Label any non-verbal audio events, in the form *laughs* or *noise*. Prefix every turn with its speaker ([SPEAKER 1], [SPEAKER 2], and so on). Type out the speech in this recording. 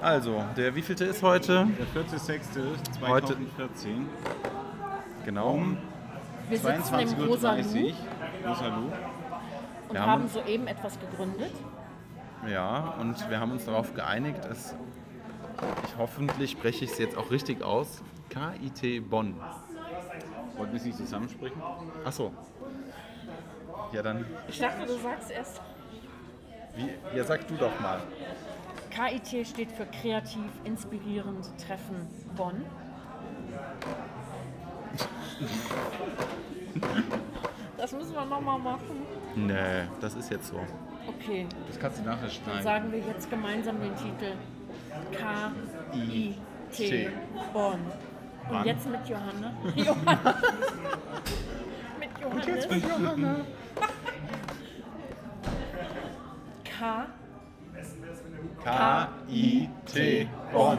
[SPEAKER 1] Also, der wievielte ist heute?
[SPEAKER 2] Der 40.06.2014
[SPEAKER 1] Heute- Genau.
[SPEAKER 2] um
[SPEAKER 3] Wir sitzen im
[SPEAKER 2] 22.30 Uhr.
[SPEAKER 3] Rosalu
[SPEAKER 2] Rosalu.
[SPEAKER 3] und
[SPEAKER 1] Wir haben-
[SPEAKER 3] haben soeben etwas gegründet.
[SPEAKER 1] Ja, und wir haben uns darauf geeinigt, es, ich, hoffentlich spreche ich es jetzt auch richtig aus, KIT Bonn.
[SPEAKER 2] Wollten wir es nicht zusammensprechen?
[SPEAKER 1] Achso. Ja, dann,
[SPEAKER 3] Ich dachte, du sagst erst,
[SPEAKER 1] wie, ja, sag du doch mal.
[SPEAKER 3] KIT steht für kreativ, inspirierend, treffen, *laughs* Bonn. Das müssen wir nochmal machen.
[SPEAKER 1] Nee, das ist jetzt so.
[SPEAKER 3] Okay,
[SPEAKER 2] Das kannst du nachher schneiden.
[SPEAKER 3] sagen wir jetzt gemeinsam den Titel
[SPEAKER 1] T.
[SPEAKER 3] KIT Bonn. Und
[SPEAKER 2] Wann?
[SPEAKER 3] jetzt mit *laughs* Johanna. Johanna. mit Johannes. jetzt mit Johanna. K.
[SPEAKER 1] KIT Bonn.